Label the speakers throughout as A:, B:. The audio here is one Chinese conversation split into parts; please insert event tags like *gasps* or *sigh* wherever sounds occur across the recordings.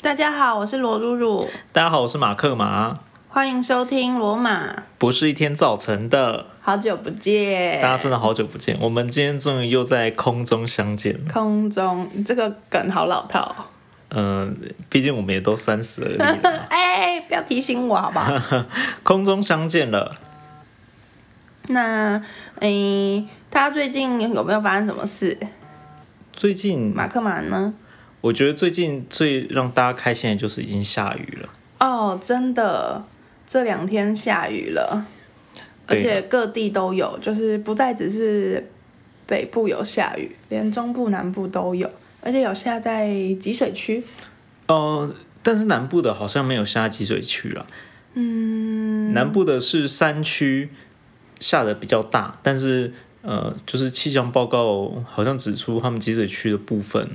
A: 大家好，我是罗露露，
B: 大家好，我是马克马，
A: 欢迎收听罗马，
B: 不是一天造成的。
A: 好久不见。
B: 大家真的好久不见，我们今天终于又在空中相见了。
A: 空中这个梗好老套，
B: 嗯、毕竟我们也都三十而立了，
A: 哎、不要提醒我好不
B: *laughs*
A: 好？
B: 空中相见了。
A: 那，哎、他最近有没有发生什么事？
B: 最近，
A: 马克马呢？
B: 我觉得最近最让大家开心的就是已经下雨了。
A: 哦，真的，这两天下雨了，而
B: 对
A: 且各地都有，就是不再只是北部有下雨，连中部、南部都有，而且有下在集水区。
B: 哦、但是南部的好像没有下积水区了。嗯，南部的是山区下的比较大，但是呃，就是气象报告好像指出他们积水区的部分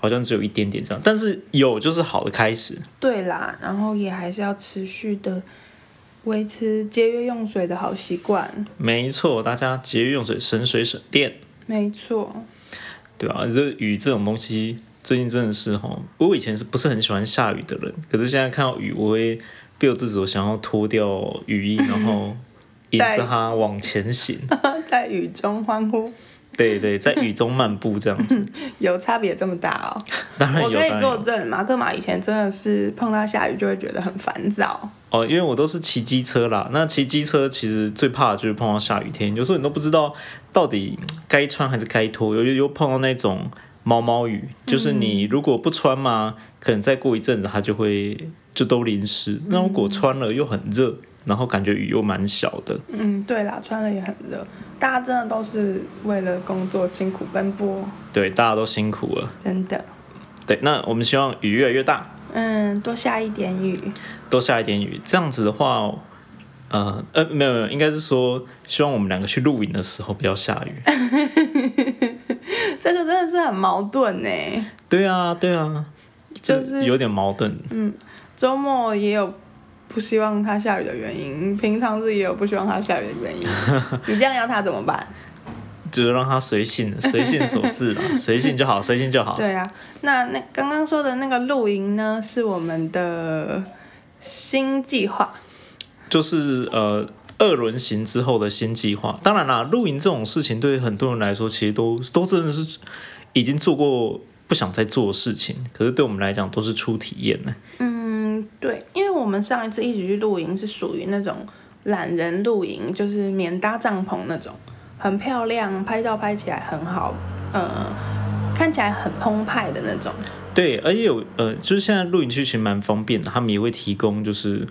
B: 好像只有一点点这样，但是有就是好的开始。
A: 对啦，然后也还是要持续的维持节约用水的好习惯。
B: 没错，大家节约用水，省水省电，
A: 没错，
B: 对吧、这雨这种东西，最近真的是哈，我以前是不是很喜欢下雨的人，可是现在看到雨，我会不由自主地想要脱掉雨衣，然后迎
A: 在
B: 着它往
A: *laughs*
B: 前行。
A: *laughs* 在雨中欢呼，
B: 对对，在雨中漫步这样子，
A: 有差别这么大哦！
B: 当然
A: 我可
B: 有，当
A: 以
B: 然
A: 作
B: 有。
A: 证，马克马以前真的是碰到下雨就会觉得很烦躁。
B: 哦，因为我都是骑机车啦，那骑机车其实最怕的就是碰到下雨天，有时候你都不知道到底该穿还是该脱，尤其又碰到那种毛毛雨，就是你如果不穿嘛，可能再过一阵子它就会就都淋湿。那如果穿了又很热，然后感觉雨又蛮小的，
A: 嗯，对啦，穿了也很热，大家真的都是为了工作辛苦奔波，
B: 对，大家都辛苦了。
A: 真的。
B: 对，那我们希望雨越来越大，
A: 嗯，多下一点雨，
B: 多下一点雨，这样子的话，呃呃，没有没有，应该是说希望我们两个去露营的时候不要下雨。
A: 这个真的是很矛盾呢。
B: 对啊，对啊，这
A: 就是
B: 有点矛盾。
A: 周末也有不希望它下雨的原因，平常日也有不希望它下雨的原因。你这样要它怎么办？
B: 就是让它
A: *laughs*
B: 随性，随性所致啦，随性就好，随性就好。
A: 对啊，那那刚刚说的那个露营呢，是我们的新计划。
B: 就是呃，二轮行之后的新计划。当然啦，露营这种事情对很多人来说，其实都都真的是已经做过不想再做的事情，可是对我们来讲都是初体验呢。
A: 嗯，对，因为我们上一次一起去露营是属于那种懒人露营，就是免搭帐篷那种，很漂亮，拍照拍起来很好，呃，看起来很澎湃的那种。
B: 对，而且有呃，就是现在露营区其实蛮方便的，他们也会提供就是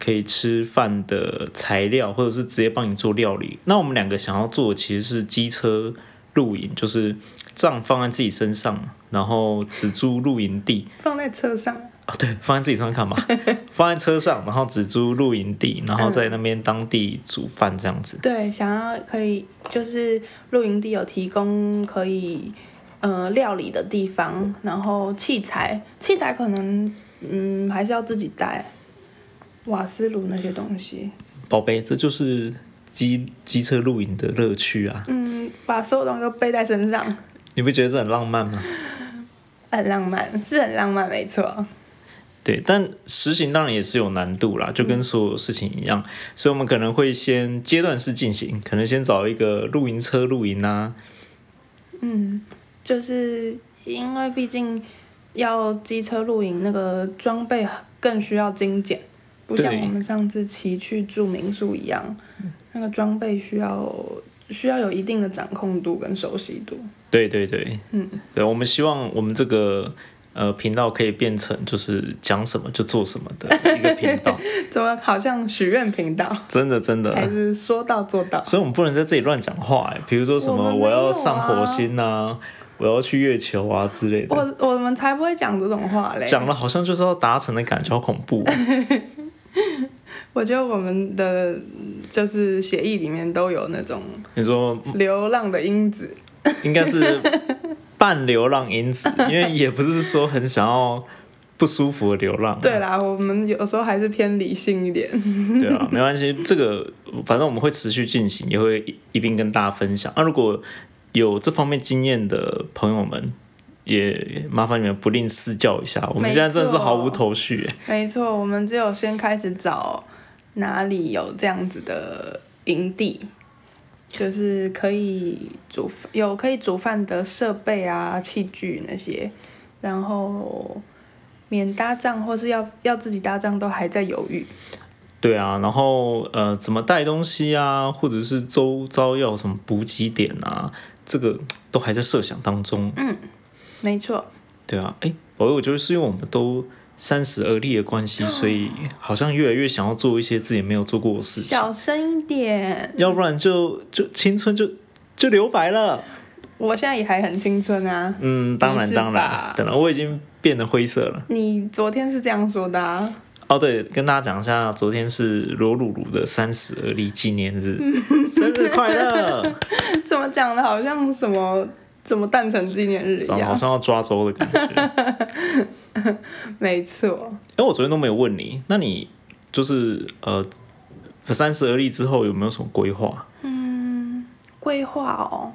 B: 可以吃饭的材料，或者是直接帮你做料理。那我们两个想要做的其实是机车露营，就是帐放在自己身上，然后只租露营地
A: 放在车上，
B: 啊，对，放在自己身上干嘛？ *laughs* 放在车上，然后只租露营地，然后在那边当地煮饭这样子。
A: 对，想要可以就是露营地有提供可以呃料理的地方，然后器材器材可能嗯还是要自己带，瓦斯炉那些东西，
B: 宝贝，这就是机机车露营的乐趣啊！
A: 嗯，把所有东西都背在身上。
B: 你不觉得这很浪漫吗？
A: 很浪漫，是很浪漫，没错。
B: 对，但实行当然也是有难度啦，就
A: 嗯
B: 跟所有事情一样，所以我们可能会先阶段式进行，可能先找一个露营车露营啊，
A: 嗯，就是因为毕竟要机车露营，那个装备更需要精简，不像
B: 对
A: 我们上次骑去住民宿一样，那个装备需要需要有一定的掌控度跟熟悉度。
B: 对对对，
A: 嗯，
B: 对，我们希望我们这个呃频道可以变成就是讲什么就做什么的一个频
A: *laughs*
B: 道，
A: 怎么好像许愿频
B: *laughs*
A: 道，
B: 真的真
A: 还
B: 的。
A: 是说到做到？
B: 所以我们不能在这里乱讲话、欸，比如说什
A: 我
B: 么
A: 们没
B: 我
A: 有啊
B: 要上火星啊，我要去月球啊之类的，
A: 我我们才不会讲这种话嘞！
B: 讲了好像就是要达成的感觉，好恐
A: *laughs*
B: 怖哦、
A: 我觉得我们的嗯就是协议里面都有那种
B: 你说
A: 流浪的因子。
B: 应该是半流浪因子，因为也不是说很想要不舒服的流浪。
A: 对啦，我们有时候还是偏理性一点。
B: 对啊，没关系，这个反正我们会持续进行，也啊会一并跟大家分享。那、如果有这方面经验的朋友们，也麻烦你们不吝赐教一下，我们现在真的是毫无头绪耶。
A: 没错，我们只有先开始找哪里有这样子的营地，就是可以煮饭有可以煮饭的设备啊、器具那些，然后免搭帐或是要要自己搭帐都还在犹豫。
B: 对啊，然后呃，怎么带东西啊，或者是周遭要有什么补给点啊，这个都还在设想当中。
A: 没错，
B: 对啊，哎，宝贝，我觉得是因为我们都三十而立的关系，所以好像越来越想要做一些自己没有做过的事情，
A: 小声一点，
B: 要不然就就青春就就留白了。
A: 我现在也还很青春啊。
B: 嗯，当然
A: 你是
B: 当然
A: 吧，
B: 当然，我已经变得灰色了。
A: 你昨天是这样说的啊？ *laughs*
B: 哦，对，跟大家讲一下，昨天是罗鲁鲁的三十而立纪念
A: *laughs*
B: 日，生日快乐！
A: 怎么讲的？好像什么什么诞辰纪念日一
B: 长得好
A: 样。
B: 像要抓周的感
A: *laughs*
B: 觉。
A: 没错，
B: 哎，我昨天都没有问你，那你就是呃三十而立之后有没有什么规划？
A: 规划哦，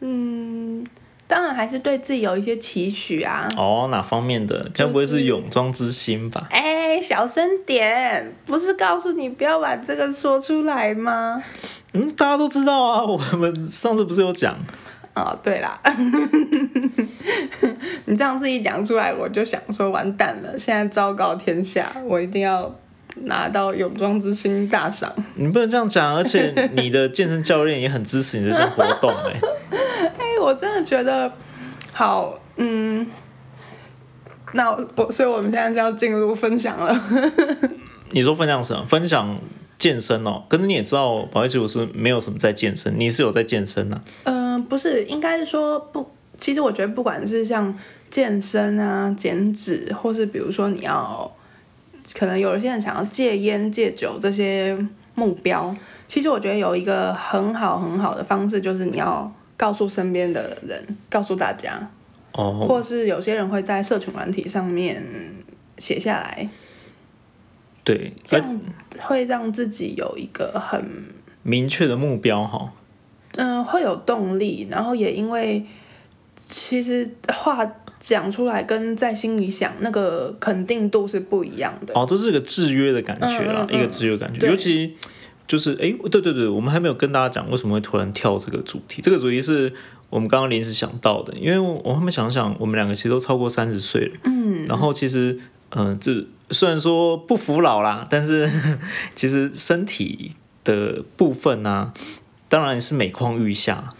A: 嗯，当然还是对自己有一些期许啊。
B: 哦，哪方面的？该不会
A: 就是是
B: 泳装之心吧？
A: 哎、小声点！不是告诉你不要把这个说出来吗？
B: 嗯，大家都知道啊，我们上次不是有讲？
A: 哦，对啦， *laughs* 你这样自己讲出来，我就想说完蛋了，现在昭告天下，我一定要拿到泳装之星大赏。
B: 你不能这样讲，而且你的健身教练也很支持你这些活动哎、
A: *laughs* 哎，我真的觉得好，嗯，那我我所以我们现在是要进入分享了。
B: 你说分享什么？分享健身哦。可是你也知道，保卫局我是没有什么在健身，你是有在健身啊呐、
A: 嗯、不是，应该是说不，其实我觉得不管是像健身啊、减脂，或是比如说你要，可能有一些人想要戒烟、戒酒这些目标，其实我觉得有一个很好很好的方式，就是你要告诉身边的人，告诉大家，
B: 哦，
A: 或是有些人会在社群软体上面写下来。
B: 对，
A: 这
B: 而
A: 样会让自己有一个很
B: 明确的目标哈、
A: 嗯、会有动力，然后也因为其实话讲出来跟在心里想那个肯定度是不一样的。
B: 哦，这是个制约的感觉啦，
A: 嗯嗯嗯
B: 一个制约感觉，
A: 对
B: 尤其。就是哎，对对对，我们还没有跟大家讲为什么会突然跳这个主题。这个主题是我们刚刚临时想到的，因为我我们想想，我们两个其实都超过三十岁了，嗯，然后其实嗯、呃，这虽然说不服老啦，但是 *laughs* 其实身体的部分呢、当然是每况愈下，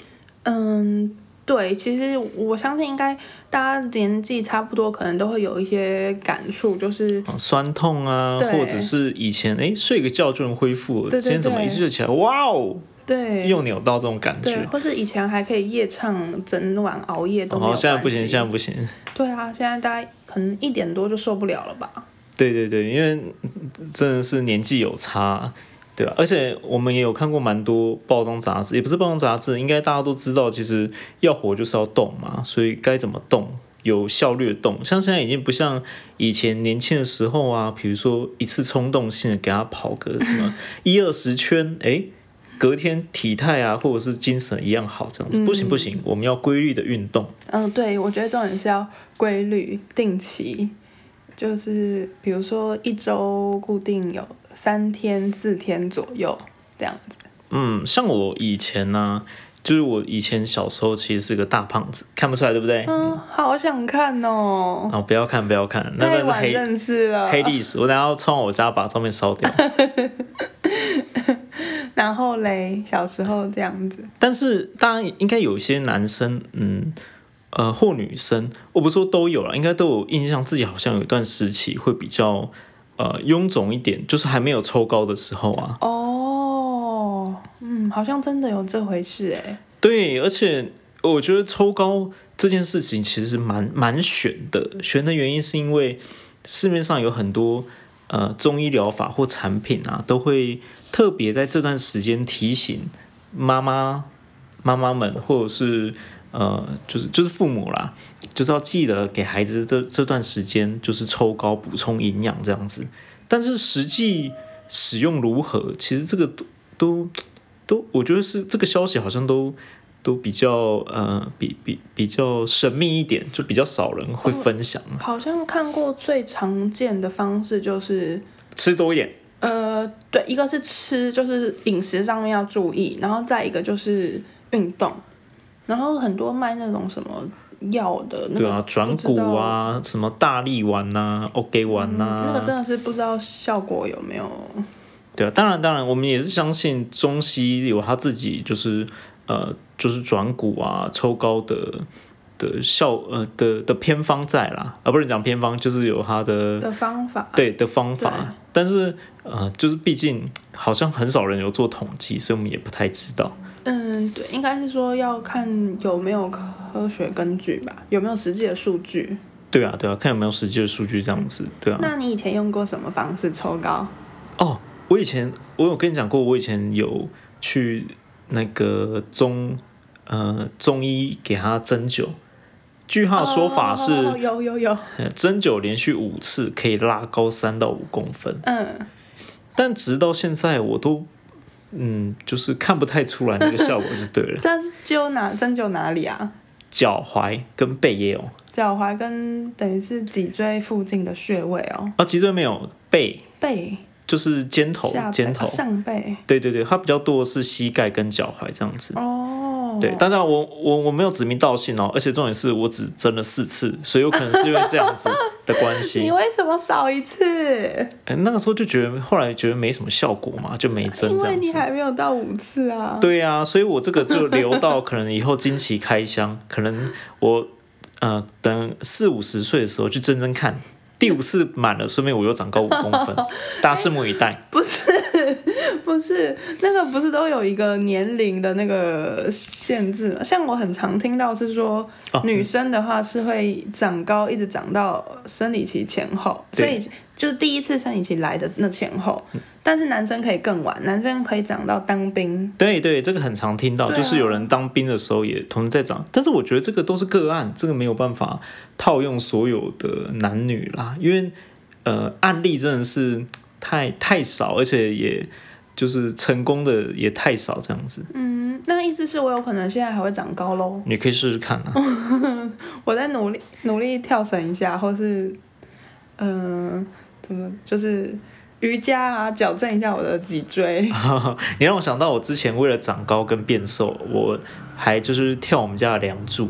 A: 嗯，对，其实我相信应该大家年纪差不多，可能都会有一些感触，就是
B: 啊酸痛啊，
A: 对
B: 或者是以前哎睡个觉就能恢复了，
A: 对对
B: 今天怎么一
A: 对
B: 睡起来，哇哦，
A: 对
B: 又扭到这种感
A: 对，
B: 觉。
A: 或是以前还可以夜唱，整晚熬夜都
B: 然
A: 没有关
B: 后
A: 系。
B: 哦现在不行，现在不行。
A: 对啊，现在大家可能一点多就受不了了吧？
B: 对对对，因为真的是年纪有差，对吧、而且我们也有看过蛮多包装杂志，也不是包装杂志，应该大家都知道，其实要活就是要动嘛，所以该怎么动，有效率的动。像现在已经不像以前年轻的时候啊，比如说一次冲动性的给他跑个什
A: *laughs*
B: 么一二十圈，哎。隔天体态啊，或者是精神一样好，这样子不行不行，我们要规律的运动。
A: 嗯，对，我觉得重点是要规律、定期，就是比如说一周固定有三天、四天左右这样子。
B: 嗯，像我以前呢、就是我以前小时候其实是个大胖子，看不出来，对不对？嗯、
A: 嗯，好想看哦，
B: 哦，不要看，不要看，那
A: 太
B: 那是
A: 晚
B: 黑
A: 认识了。
B: 黑历史。我等下要冲我家把照片烧
A: *laughs*
B: 掉。
A: 然后嘞，小时候这样子，
B: 但是当然应该有一些男生，嗯，呃，或女生，我不是说都有了，应该都有印象，自己好像有一段时期会比较呃臃肿一点，就是还没有抽高的时候啊。
A: 哦，嗯，好像真的有这回事哎。
B: 对，而且我觉得抽高这件事情其实蛮蛮悬的，悬的原因是因为市面上有很多呃中医疗法或产品啊，都会特别在这段时间提醒妈妈妈妈们或者是。呃，就是就是父母啦，就是要记得给孩子这这段时间就是抽高补充营养这样子，但是实际使用如何，其实这个都都都，我觉得是这个消息好像都都比较呃比比比较神秘一点，就比较少人会分享。
A: 好像看过最常见的方式就是，
B: 吃多一点，
A: 呃，对，一个是吃，就是饮食上面要注意，然后再一个就是运动，然后很多卖那种什么药的那
B: 对
A: 个
B: 啊，转
A: 不知
B: 骨
A: 道嗯
B: 啊，什么大力丸呐、OK 丸呐、啊
A: 那个真的是不知道效果有没有。
B: 对啊，当然当然，我们也是相信中西有他自己就是呃就是转骨啊、抽高的的效呃的的偏方在啦，啊不是讲偏方，就是有他的
A: 的方法。
B: 对的方法，但是呃就是毕竟好像很少人有做统计，所以我们也不太知道。
A: 嗯，对，应该是说要看有没有科学根据吧，有没有实际的数据。
B: 对啊对啊，看有没有实际的数据这样子，对啊。
A: 那你以前用过什么方式抽高？
B: 哦，我以前我有跟你讲过，我以前有去那个中呃中医给他针灸，据他的啊说法是、
A: 哦有有有，
B: 呃针灸连续五次可以拉高三到五公分，
A: 嗯，
B: 但直到现在我都嗯就是看不太出来那个效果就对
A: *laughs*
B: 了，
A: 这是灸哪针灸哪里啊？
B: 脚踝跟背也有
A: 脚踝跟等于是脊椎附近的穴位哦，
B: 啊，脊椎没有背。
A: 背、
B: 就是肩头
A: 下，背、
B: 肩
A: 啊
B: 头，
A: 上背
B: 对对对，它比较多的是膝盖跟脚踝这样子。
A: 哦。
B: 对，当然我我我没有指名道姓哦，而且重点是我只针了四次，所以有可能是因为这样子的关
A: *laughs*
B: 系
A: 你。为什么少一次？
B: 哎那个时候就觉得，后来觉得没什么效果嘛，就没针
A: 因
B: 这
A: 为
B: 样
A: 你
B: 子。
A: 还没有到五次啊。
B: 对啊，所以我这个就留到可能以后经期开箱， *laughs* 可能我呃等四五十岁的时候去针针看，第五次满了，顺便我又长高五公
A: *laughs*
B: 分，大家拭目以待。
A: 不是， *laughs* 不是，那个不是都有一个年龄的那个限制吗？像我很常听到是说，
B: 哦
A: 女生的话是会长高，一直长到生理期前后，所
B: 对嗯
A: 以就是第一次生理期来的那前后。但是男生可以更晚，男生可以长到当兵。
B: 对对，这个很常听到，
A: 对啊
B: 就是有人当兵的时候也同时在长，但是我觉得这个都是个案，这个没有办法套用所有的男女啦，因为呃案例真的是太太少，而且也就是成功的也太少这样子，
A: 嗯，那意思是我有可能现在还会长高喽？
B: 你可以试试看啊。
A: 我在努力努力跳绳一下，或是嗯、呃怎么就是瑜伽啊，矫正一下我的脊椎。
B: *laughs* 你让我想到我之前为了长高跟变瘦，我还就是跳我们家的梁柱。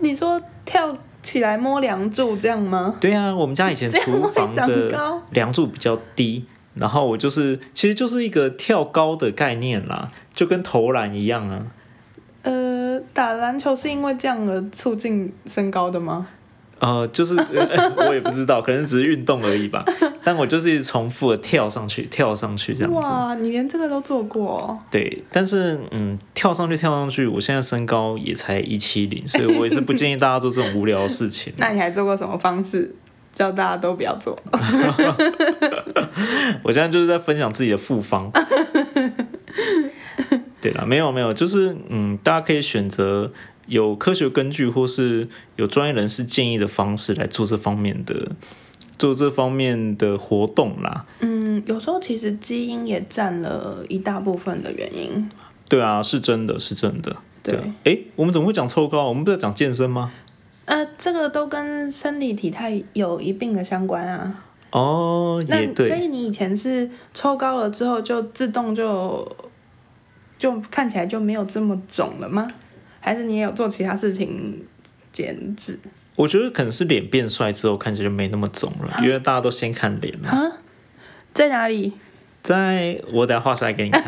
A: 你说跳起来摸梁柱这样吗？
B: 对啊，我们家以前
A: 这样
B: 厨房
A: 会长
B: 的
A: 高
B: 梁柱比较低，然后我就是其实就是一个跳高的概念啦，就跟投篮一样啊。
A: 呃，打篮球是因为这样而促进身高的吗？
B: 呃，就
A: *laughs*
B: 是、呃我也不知道，可能只是运动而已吧。但我就是一直重复的跳上去，跳上去这样子。
A: 哇，你连这个都做过、哦，。
B: 对，但是嗯，跳上去跳上去，我现在身高也才一七零，所以我也是不建议大家做这种无聊的事情
A: 那你还做过什么方式？叫大家都不要做。 *laughs*
B: 我现在就是在分享自己的复方。对了，没有没有，就是嗯，大家可以选择有科学根据或是有专业人士建议的方式来做这方面的做这方面的活动啦。
A: 嗯，有时候其实基因也占了一大部分的原因。
B: 对啊，是真的，是真的。
A: 对
B: 啊，哎、我们怎么会讲抽高？我们不是在讲健身吗？
A: 呃，这个都跟生理体态有一定的相关啊。
B: 哦，
A: 那
B: 也
A: 所
B: 对，
A: 以你以前是抽高了之后就自动就就看起来就没有这么肿了吗？还是你也有做其他事情减脂
B: 我觉得可能是脸变帅之后看起来就没那么肿了，因为大家都先看脸了。
A: 啊？在哪里？
B: 在我等下画下来给你看。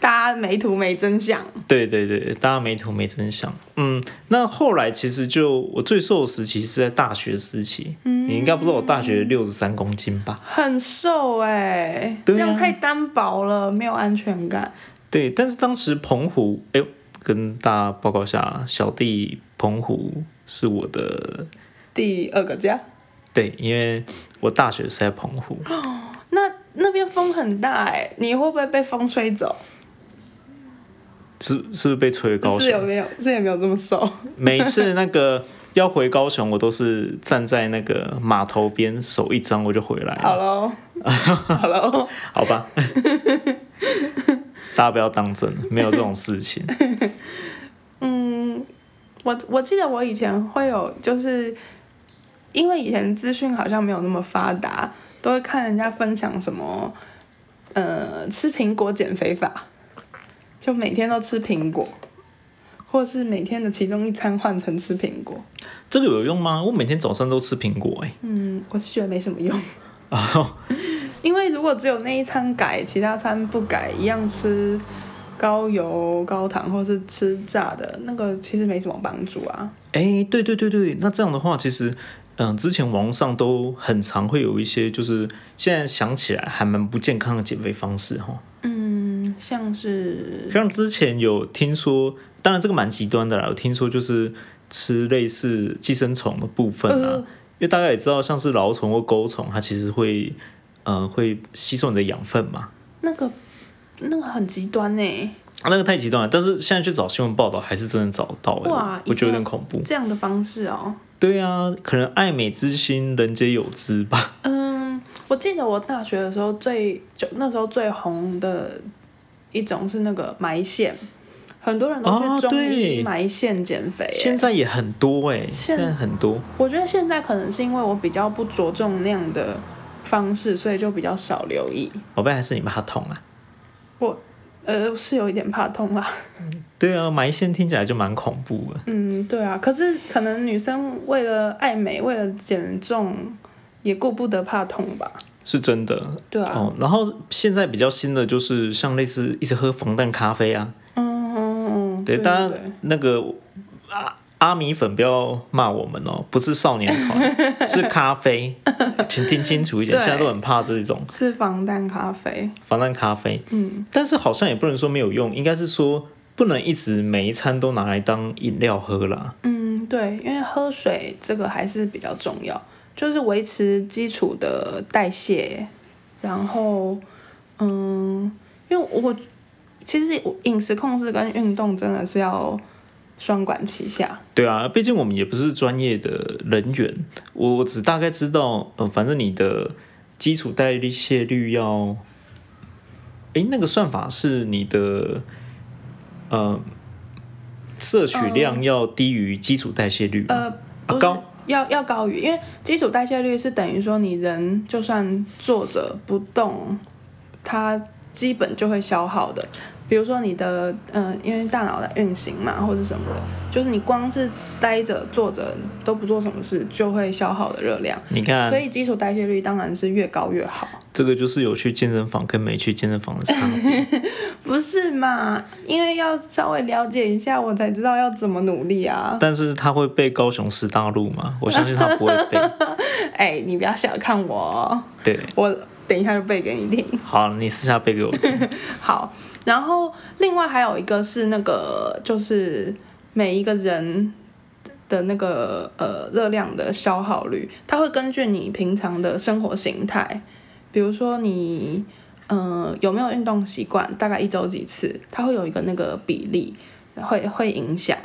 A: 大家没图没真相。
B: 对对对，大家没图没真相。嗯，那后来其实就我最瘦的时期是在大学时期，嗯、你应该不知道我大学六十三公斤吧？
A: 很瘦哎、
B: 对啊
A: 这样太单薄了，没有安全感。
B: 对，但是当时澎湖，哎呦，跟大家报告一下，小弟澎湖是我的，
A: 第二个家，
B: 对，因为我大学是在澎
A: *gasps*
B: 湖，
A: 那那边风很大哎、你会不会被风吹走？
B: 是是不是被吹回高
A: 是有
B: 雄？啊
A: 没有？是也没有这么瘦。
B: *laughs* 每次那个 *laughs* 要回高雄，我都是站在那个码头边，手一张我就回来了。
A: 好
B: *laughs*
A: 喽，好喽，
B: 好 *laughs* 吧，大家不要当真，没有这种事情。
A: 嗯，我我记得我以前会有，就是因为以前资讯好像没有那么发达，都会看人家分享什么，呃，吃苹果减肥法，就每天都吃苹果，或是每天的其中一餐换成吃苹果。
B: 这个有用吗？我每天早上都吃苹果、欸，哦
A: 嗯，我是觉得没什么用。因为如果只有那一餐改，其他餐不改，一样吃高油、高糖或是吃炸的，那个其实没什么帮助啊。
B: 哎、对对对对，那这样的话，其实，嗯、之前网络上都很常会有一些，就是现在想起来还蛮不健康的减肥方式哈。
A: 嗯，像是
B: 像之前有听说，当然这个蛮极端的啦，有听说就是吃类似寄生虫的部分啊，
A: 呃
B: 因为大家也知道，像是蛲虫或钩虫，它其实会，呃，会吸收你的养分嘛。
A: 那个那个很极端呢、欸
B: 啊那个太极端了，但是现在去找新闻报道还是真的找得到、欸，
A: 哇
B: 我觉得有点恐怖。
A: 这样的方式哦。
B: 对啊，可能爱美之心，人皆有之吧。
A: 嗯，我记得我大学的时候最就那时候最红的一种是那个埋线，很多人都
B: 哦
A: 去中医
B: 对
A: 埋线减肥、欸
B: 现在也很多哎、
A: 现
B: 现在很多。
A: 我觉得现在可能是因为我比较不着重那样的方式，所以就比较少留意。
B: 宝贝，还是你怕痛啊？
A: 我呃是有一点怕痛啦， *laughs*
B: 对啊，埋线听起来就蛮恐怖的。
A: 嗯，对啊。可是可能女生为了爱美，为了减重，也顾不得怕痛吧？
B: 是真的，
A: 对啊，
B: 哦，然后现在比较新的就是像类似一直喝防弹咖啡啊，
A: 嗯嗯嗯，
B: 对，
A: 对
B: 大家
A: 对对
B: 那个阿阿米粉不要骂我们哦，不是少年
A: *laughs*
B: 团，是咖啡，请听清楚一点，
A: 对
B: 现在都很怕这种
A: 吃防弹咖啡，
B: 防弹咖啡，
A: 嗯，
B: 但是好像也不能说没有用，应该是说不能一直每一餐都拿来当饮料喝啦。
A: 嗯，对，因为喝水这个还是比较重要，就是维持基础的代谢，然后，嗯，因为我其实我饮食控制跟运动真的是要双管齐下，
B: 对啊，毕竟我们也不是专业的人员，我只大概知道，呃，反正你的基础代谢率要，诶，那个算法是你的，呃，摄取量要低于基础代谢率吗，
A: 嗯呃，不是
B: 啊高
A: 要要高于，因为基础代谢率是等于说你人就算坐着不动，它基本就会消耗的。比如说你的嗯、呃因为大脑在运行嘛，或者什么的，就是你光是待着坐着都不做什么事，就会消耗的热量。
B: 你看
A: 所，以基础代谢率当然是越高越好，
B: 这个就是有去健身房跟没去健身房的差别。
A: 不是嘛？因为要稍微了解一下，我才知道要怎么努力
B: *laughs*
A: 啊。
B: 但是他会背高雄十大路吗？我相信他不会 *laughs* 背。
A: 哎、你不要小看我哦，
B: 对，
A: 我等一下就背给你听。
B: 好，你私下背给我听。
A: 好，然后另外还有一个是那个，就是每一个人的那个呃热量的消耗率，它会根据你平常的生活形态，比如说你呃有没有运动习惯，大概一周几次，它会有一个那个比例，会会影响。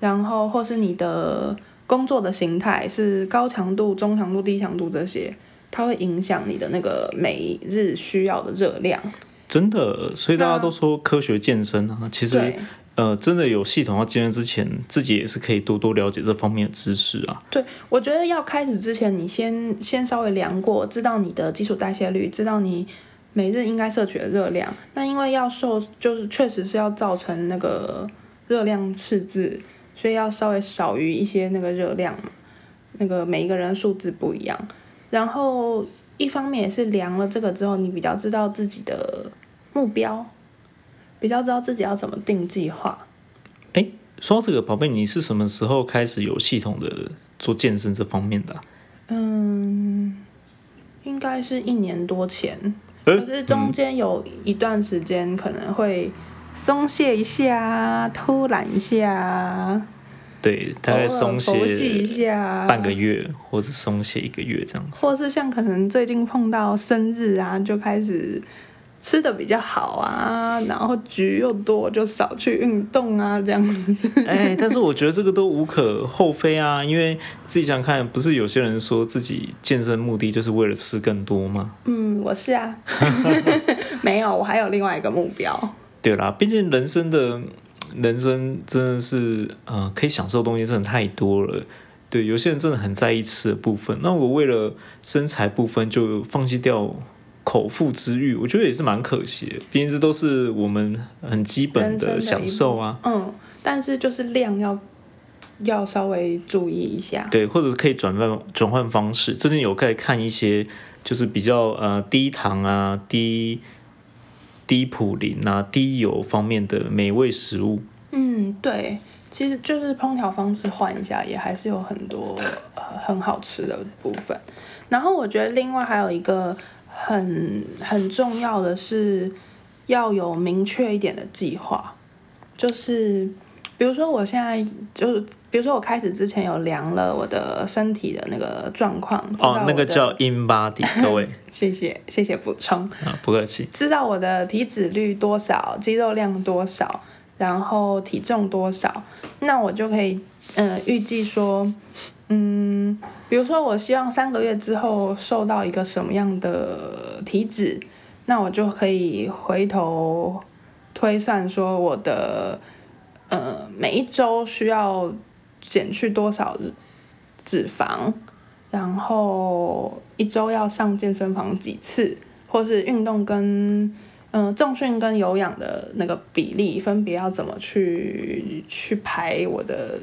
A: 然后或是你的工作的形态是高强度、中强度、低强度这些，它会影响你的那个每日需要的热量。
B: *laughs* 真的，所以大家都说科学健身啊，其实
A: 对。
B: 呃，真的有系统要健身之前，自己也是可以多多了解这方面的知识啊。
A: 对，我觉得要开始之前，你先先稍微量过，知道你的基础代谢率，知道你每日应该摄取的热量。那因为要瘦，就是确实是要造成那个热量赤字，所以要稍微少于一些那个热量嘛。那个每一个人数字不一样，然后一方面也是量了这个之后，你比较知道自己的目标，比较知道自己要怎么定计划。
B: 说到这个，宝贝，你是什么时候开始有系统的做健身这方面的啊、
A: 嗯，应该是一年多前，
B: 呃
A: 可是中间有一段时间可能会松懈一下，偷懒一下，
B: 对，大概松
A: 偶尔佛系一
B: 懈
A: 下，
B: 半个月，或是松懈一个月这样子。
A: 或是像可能最近碰到生日啊，就开始吃的比较好啊，然后局又多，就少去运动啊，这样。
B: *laughs* 哎，但是我觉得这个都无可厚非啊，因为自己想想看，不是有些人说自己健身目的就是为了吃更多吗？
A: 嗯，我是 *laughs*
B: *laughs*
A: 啊，没有，我还有另外一个目标。
B: 对啦，毕竟人生的人生真的是，呃，可以享受的东西真的太多了。对，有些人真的很在意吃的部分。那我为了身材部分就放弃掉口腹之欲，我觉得也是蛮可惜的。毕竟这都是我们很基本
A: 人生的一部
B: 享受啊。
A: 嗯，但是就是量要要稍微注意一下。
B: 对，或者是可以转换转换方式。最近有在看一些就是比较呃低糖啊、低低普林啊、低油方面的美味食物。
A: 嗯，对，其实就是烹调方式换一下，也还是有很多呃很好吃的部分。然后我觉得另外还有一个很很重要的是要有明确一点的计划，就是比如说我现在就是，比如说我开始之前有量了我的身体的那个状况，知道
B: 哦，那
A: 我的
B: 个叫 in body，
A: *laughs*
B: 各位
A: 谢谢谢谢补充，
B: 啊，不客气。
A: 知道我的体脂率多少，肌肉量多少，然后体重多少，那我就可以呃预计说，嗯，比如说我希望三个月之后瘦到一个什么样的体脂，那我就可以回头推算说我的呃每一周需要减去多少脂脂肪。然后一周要上健身房几次，或是运动跟嗯、呃重训跟有氧的那个比例分别要怎么去去排我的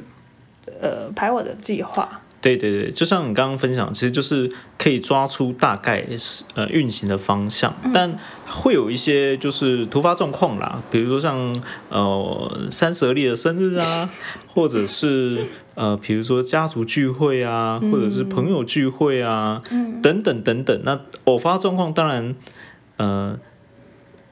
A: 呃排我的计划。
B: 对对对，就像你刚刚分享，其实就是可以抓出大概是呃运行的方向，但会有一些就是突发状况啦，比如说像呃三十而立的生日啊，或者是呃比如说家族聚会啊，或者是朋友聚会啊，等等等等。那偶发状况当然，呃。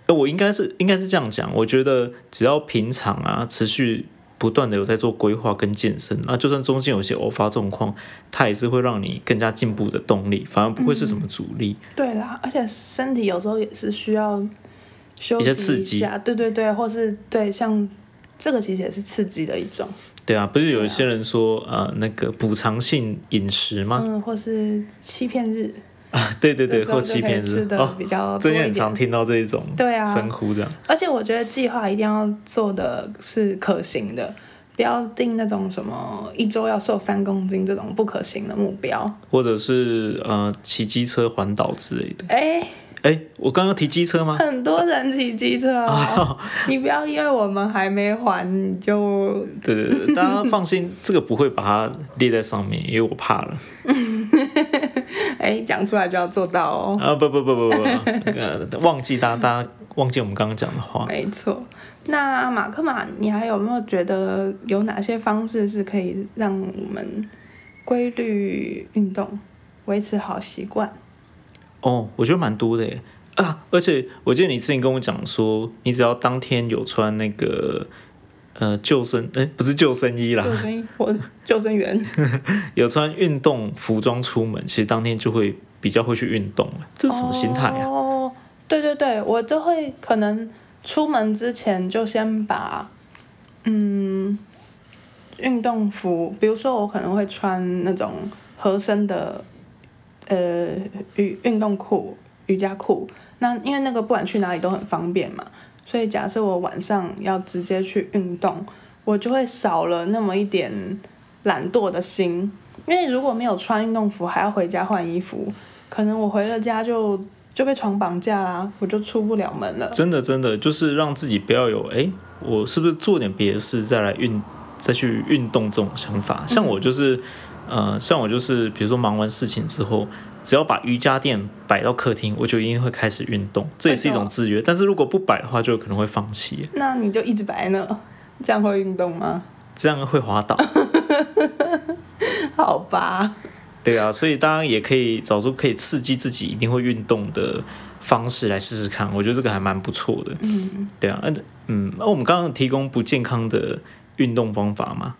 B: 呃我应该是应该是这样讲，我觉得只要平常啊，持续不断的有在做规划跟健身，那就算中间有些偶发状况，它也是会让你更加进步的动力，反而不会是什么阻力。
A: 对啦，而且身体有时候也是需要休
B: 一
A: 息
B: 些
A: 一
B: 刺激
A: 下，对对对，或是对像这个其实也是刺激的一种，
B: 对啊，不是有一些人说、呃那个补偿性饮食吗？
A: 嗯，或是欺骗日，
B: 啊，对啊对对，
A: 有时候
B: 或
A: 就
B: 欺
A: 可以
B: 骗
A: 吃
B: 是
A: 的
B: 哦，
A: 比较多
B: 最
A: 一
B: 近
A: 点。
B: 很常听到这一种
A: 对啊，
B: 称呼这样。
A: 而且我觉得计划一定要做的是可行的，不要定那种什么一周要瘦三公斤这种不可行的目标。
B: 或者是呃骑机车环岛之类的。
A: 哎、
B: 哎，我刚刚提机车吗？
A: 很多人骑机车哦，你不要因为我们还没还你就
B: 对对对，大家放心，这个不会把它列在上面，因为我怕了。
A: 哎讲、出来就要做到哦。
B: 啊，不不不不不，呃，忘记大家大家忘记我们刚刚讲的话。
A: 没错，那马克马，你还有没有觉得有哪些方式是可以让我们规律运动，维持好习惯？
B: 哦，我觉得蛮多的耶啊！而且我记得你之前跟我讲说，你只要当天有穿那个呃救生，哎、不是救生衣
A: 救
B: 啦，
A: 生衣或救生员，
B: 有穿运动服装出门，其实当天就会比较会去运动了。这是什么心态啊？
A: 哦，对对对，我就会可能出门之前就先把嗯运动服，比如说我可能会穿那种合身的呃运运动裤、瑜伽裤，那因为那个不管去哪里都很方便嘛，所以假设我晚上要直接去运动，我就会少了那么一点懒惰的心。因为如果没有穿运动服，还要回家换衣服，可能我回了家就就被床绑架啦，我就出不了门了。
B: 真的真的，就是让自己不要有哎、我是不是做点别的事再来运再去运动这种想法？像我就是，呃，像我就是，比如说忙完事情之后，只要把瑜伽垫摆到客厅，我就一定会开始运动，这也是一种制约。但是如果不摆的话，就有可能会放弃，
A: *laughs* 那你就一直摆在那，这样会运动吗？
B: 这样会滑倒。
A: 好吧，
B: 对啊，所以大家也可以找出可以刺激自己一定会运动的方式来试试看，我觉得这个还蛮不错的。嗯，对啊，嗯嗯，那、我们刚刚有提供不健康的运动方法嘛，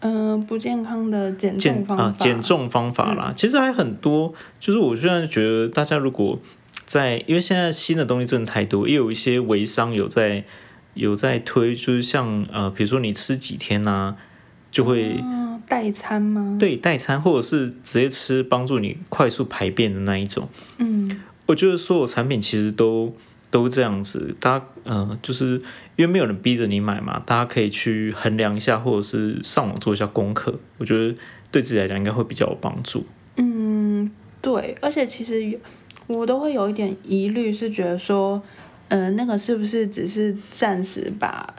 A: 嗯、不健康的减
B: 减
A: 重方法，嗯
B: 啊减重方法啦，其实还很多。就是我虽然觉得大家如果在，因为现在新的东西真的太多，也有一些微商有在有在推，就是像呃，比如说你吃几天呐、就会
A: 嗯，代餐吗？
B: 对代餐，或者是直接吃帮助你快速排便的那一种。
A: 嗯，
B: 我觉得所有产品其实都都这样子，大家呃，就是因为没有人逼着你买嘛，大家可以去衡量一下，或者是上网做一下功课，我觉得对自己来讲应该会比较有帮助。
A: 对，而且其实我都会有一点疑虑，是觉得说，呃，那个是不是只是暂时把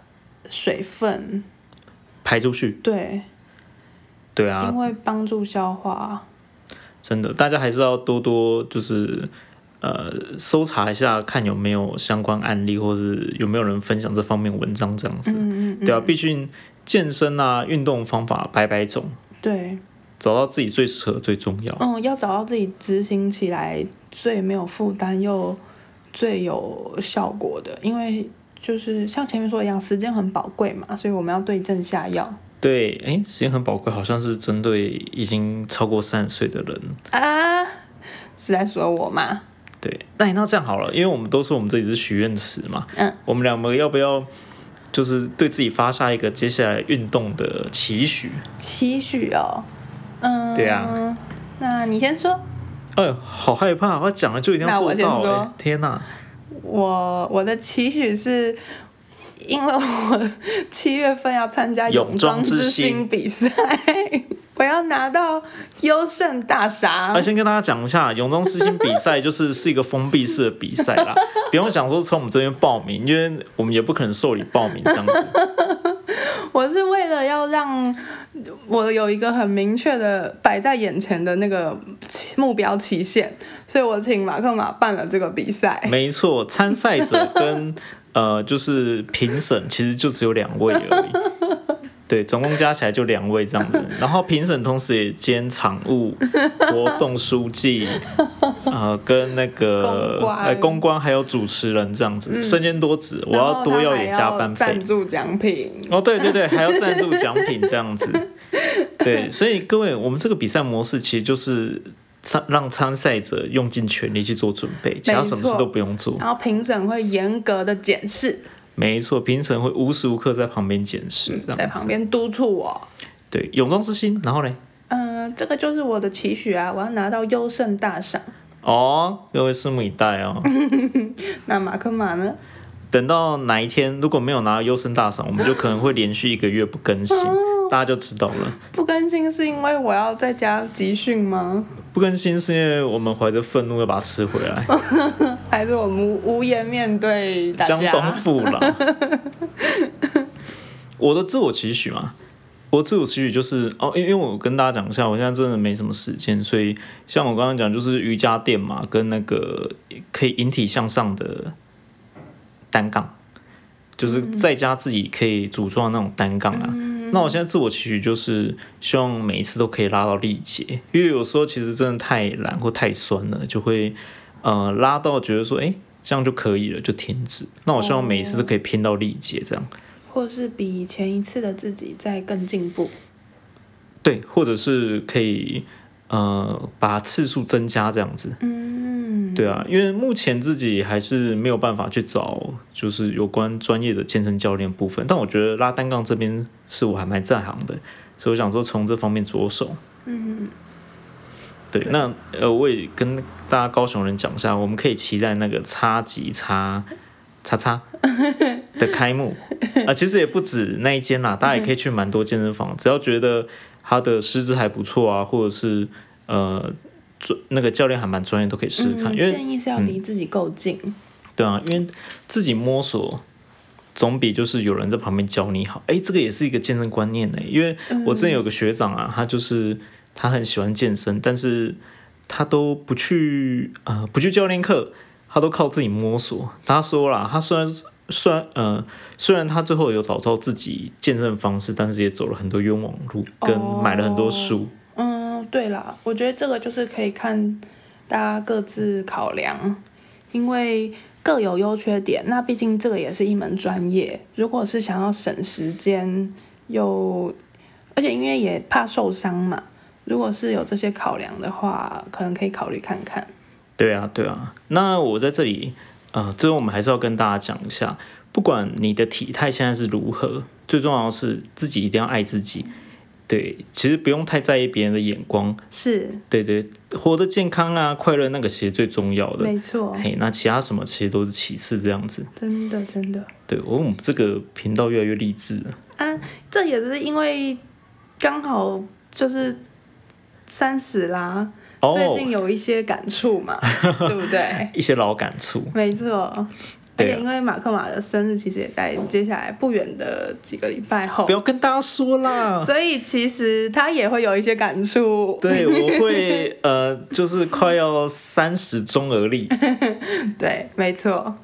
A: 水分
B: 排出去，
A: 对，
B: 对啊
A: 因，为帮助消化，
B: 真的，大家还是要多多就是呃搜查一下，看有没有相关案例，或是有没有人分享这方面文章这样子。
A: 嗯嗯
B: 对啊，毕竟健身啊，运动方法百百种，
A: 对，
B: 找到自己最适合最重要。
A: 嗯，要找到自己执行起来最没有负担又最有效果的，因为就是像前面说的一样，时间很宝贵嘛，所以我们要对症下药
B: 对，哎，时间很宝贵，好像是针对已经超过三十岁的人。
A: 啊，是在说我吗？
B: 对，哎那那这样好了，因为我们都说我们这里是许愿池嘛，
A: 嗯，
B: 我们两个要不要就是对自己发下一个接下来运动的期许？
A: 期许哦，嗯，
B: 对啊，
A: 那你先说。
B: 哎呦，好害怕！我讲了就一定要
A: 那
B: 做
A: 我先
B: 到、
A: 说啊
B: 哎，天哪、
A: 我我的期许是，因为我七月份要参加
B: 泳装
A: 装
B: 之星
A: 星比赛， *laughs* 我要拿到优胜大
B: 啊，
A: 赏。
B: 先跟大家讲一下，泳装四星比赛就是是一个封闭式的比
A: *laughs*
B: 赛啦，不用想说从我们这边报名，因为我们也不可能受理报名这样子。
A: 我是为了要让我有一个很明确的摆在眼前的那个期目标期限，所以我请马克马办了这个比赛。
B: 没错，参赛者
A: *laughs*
B: 跟呃就是评审其实就只有两位而已。对，总共加起来就两位这样子，然后评审同时也兼场务、活动书记，呃，跟那个
A: 公关嗯
B: 呃公关还有主持人这样子，身兼多职，我
A: 然后
B: 要多
A: 他
B: 要
A: 还
B: 也加班费
A: 赞。助奖品。
B: 哦，对对对，还要赞助奖品这样子。对，所以各位，我们这个比赛模式其实就是参让参赛者用尽全力去做准备，其他什么事都不用做。
A: 然后评审会严格的检视，
B: 没错，评审会无时无刻在旁边检视，这样子。
A: 嗯在旁边督促我。
B: 对，泳装之星，然后嘞，
A: 嗯，这个就是我的期许啊！我要拿到优胜大赏。
B: 哦，各位拭目以待哦。
A: 那马克马呢？
B: 等到哪一天如果没有拿到优胜大赏，我们就可能会连续一个月不更新，
A: 哦
B: 大家就知道了。
A: 不更新是因为我要在家集训吗？
B: 不更新是因为我们怀着愤怒要把它吃回来，
A: 还是我们无无颜面对大
B: 江
A: 家？
B: 东
A: *laughs*
B: 父老。我的自我期许嘛，我自我期许就是哦，因为因为我跟大家讲一下，我现在真的没什么时间，所以像我刚刚讲，就是瑜伽垫嘛，跟那个可以引体向上的单杠，就是在家自己可以组装的那种单杠啊。
A: 嗯
B: 那我现在自我期许就是希望每一次都可以拉到力竭，因为有时候其实真的太懒或太酸了，就会呃拉到觉得说，哎、这样就可以了，就停止。那我希望每一次都可以拼到力竭，这样。
A: 或是比前一次的自己再更进步？
B: 对，或者是可以呃把次数增加这样子。
A: 嗯，
B: 对啊，因为目前自己还是没有办法去找就是有关专业的健身教练部分，但我觉得拉单杠这边是我还蛮在行的，所以我想说从这方面着手。
A: 嗯，
B: 对，那呃，我也跟大家高雄人讲一下，我们可以期待那个叉级叉叉叉的开幕
A: *laughs*
B: 啊、其实也不止那一间啦，大家也可以去蛮多健身房，只要觉得他的师资还不错啊，或者是呃专那个教练还蛮专业，都可以试试看，
A: 嗯
B: 因为
A: 建议是要离自己够近。
B: 对啊，因为自己摸索。总比就是有人在旁边教你好，哎，这个也是一个健身观念呢。因为我之前有个学长啊，他就是他很喜欢健身，但是他都不去呃不去教练课，他都靠自己摸索。他说啦，他虽然虽然呃虽然他最后有找到自己健身方式，但是也走了很多冤枉路，跟买了很多书。
A: 嗯，对啦，我觉得这个就是可以看大家各自考量，因为各有优缺点。那毕竟这个也是一门专业，如果是想要省时间又，而且因为也怕受伤嘛，如果是有这些考量的话，可能可以考虑看看。
B: 对啊，对啊。那我在这里，呃，最后我们还是要跟大家讲一下，不管你的体态现在是如何，最重要的是自己一定要爱自己，对，其实不用太在意别人的眼光，
A: 是
B: 对对，活得健康啊，快乐那个其实最重要的。
A: 没错，
B: 嘿，那其他什么其实都是其次，这样子。
A: 真的真的
B: 对，哦我们这个频道越来越励志了。
A: 啊，这也是因为刚好就是三十啦，
B: 哦，
A: 最近有一些感触嘛，对不
B: *laughs*
A: 对？
B: 一些老感触。
A: 没错，而
B: 对啊
A: 且因为马克马的生日其实也在接下来不远的几个礼拜后
B: 不，要跟大家说啦。
A: 所以其实他也会有一些感触，
B: 对，我会呃，就是快要三十中而立。
A: 对，没错，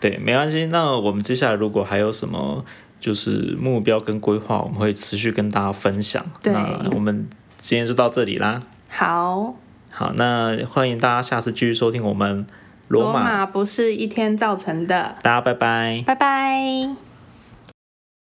B: 对，没关系。那我们接下来如果还有什么就是目标跟规划，我们会持续跟大家分享。
A: 对
B: 那我们今天就到这里啦。
A: 好。
B: 好，那欢迎大家下次继续收听我们罗
A: 罗
B: 马，
A: 马不是一天造成的。
B: 大家拜拜。
A: 拜拜。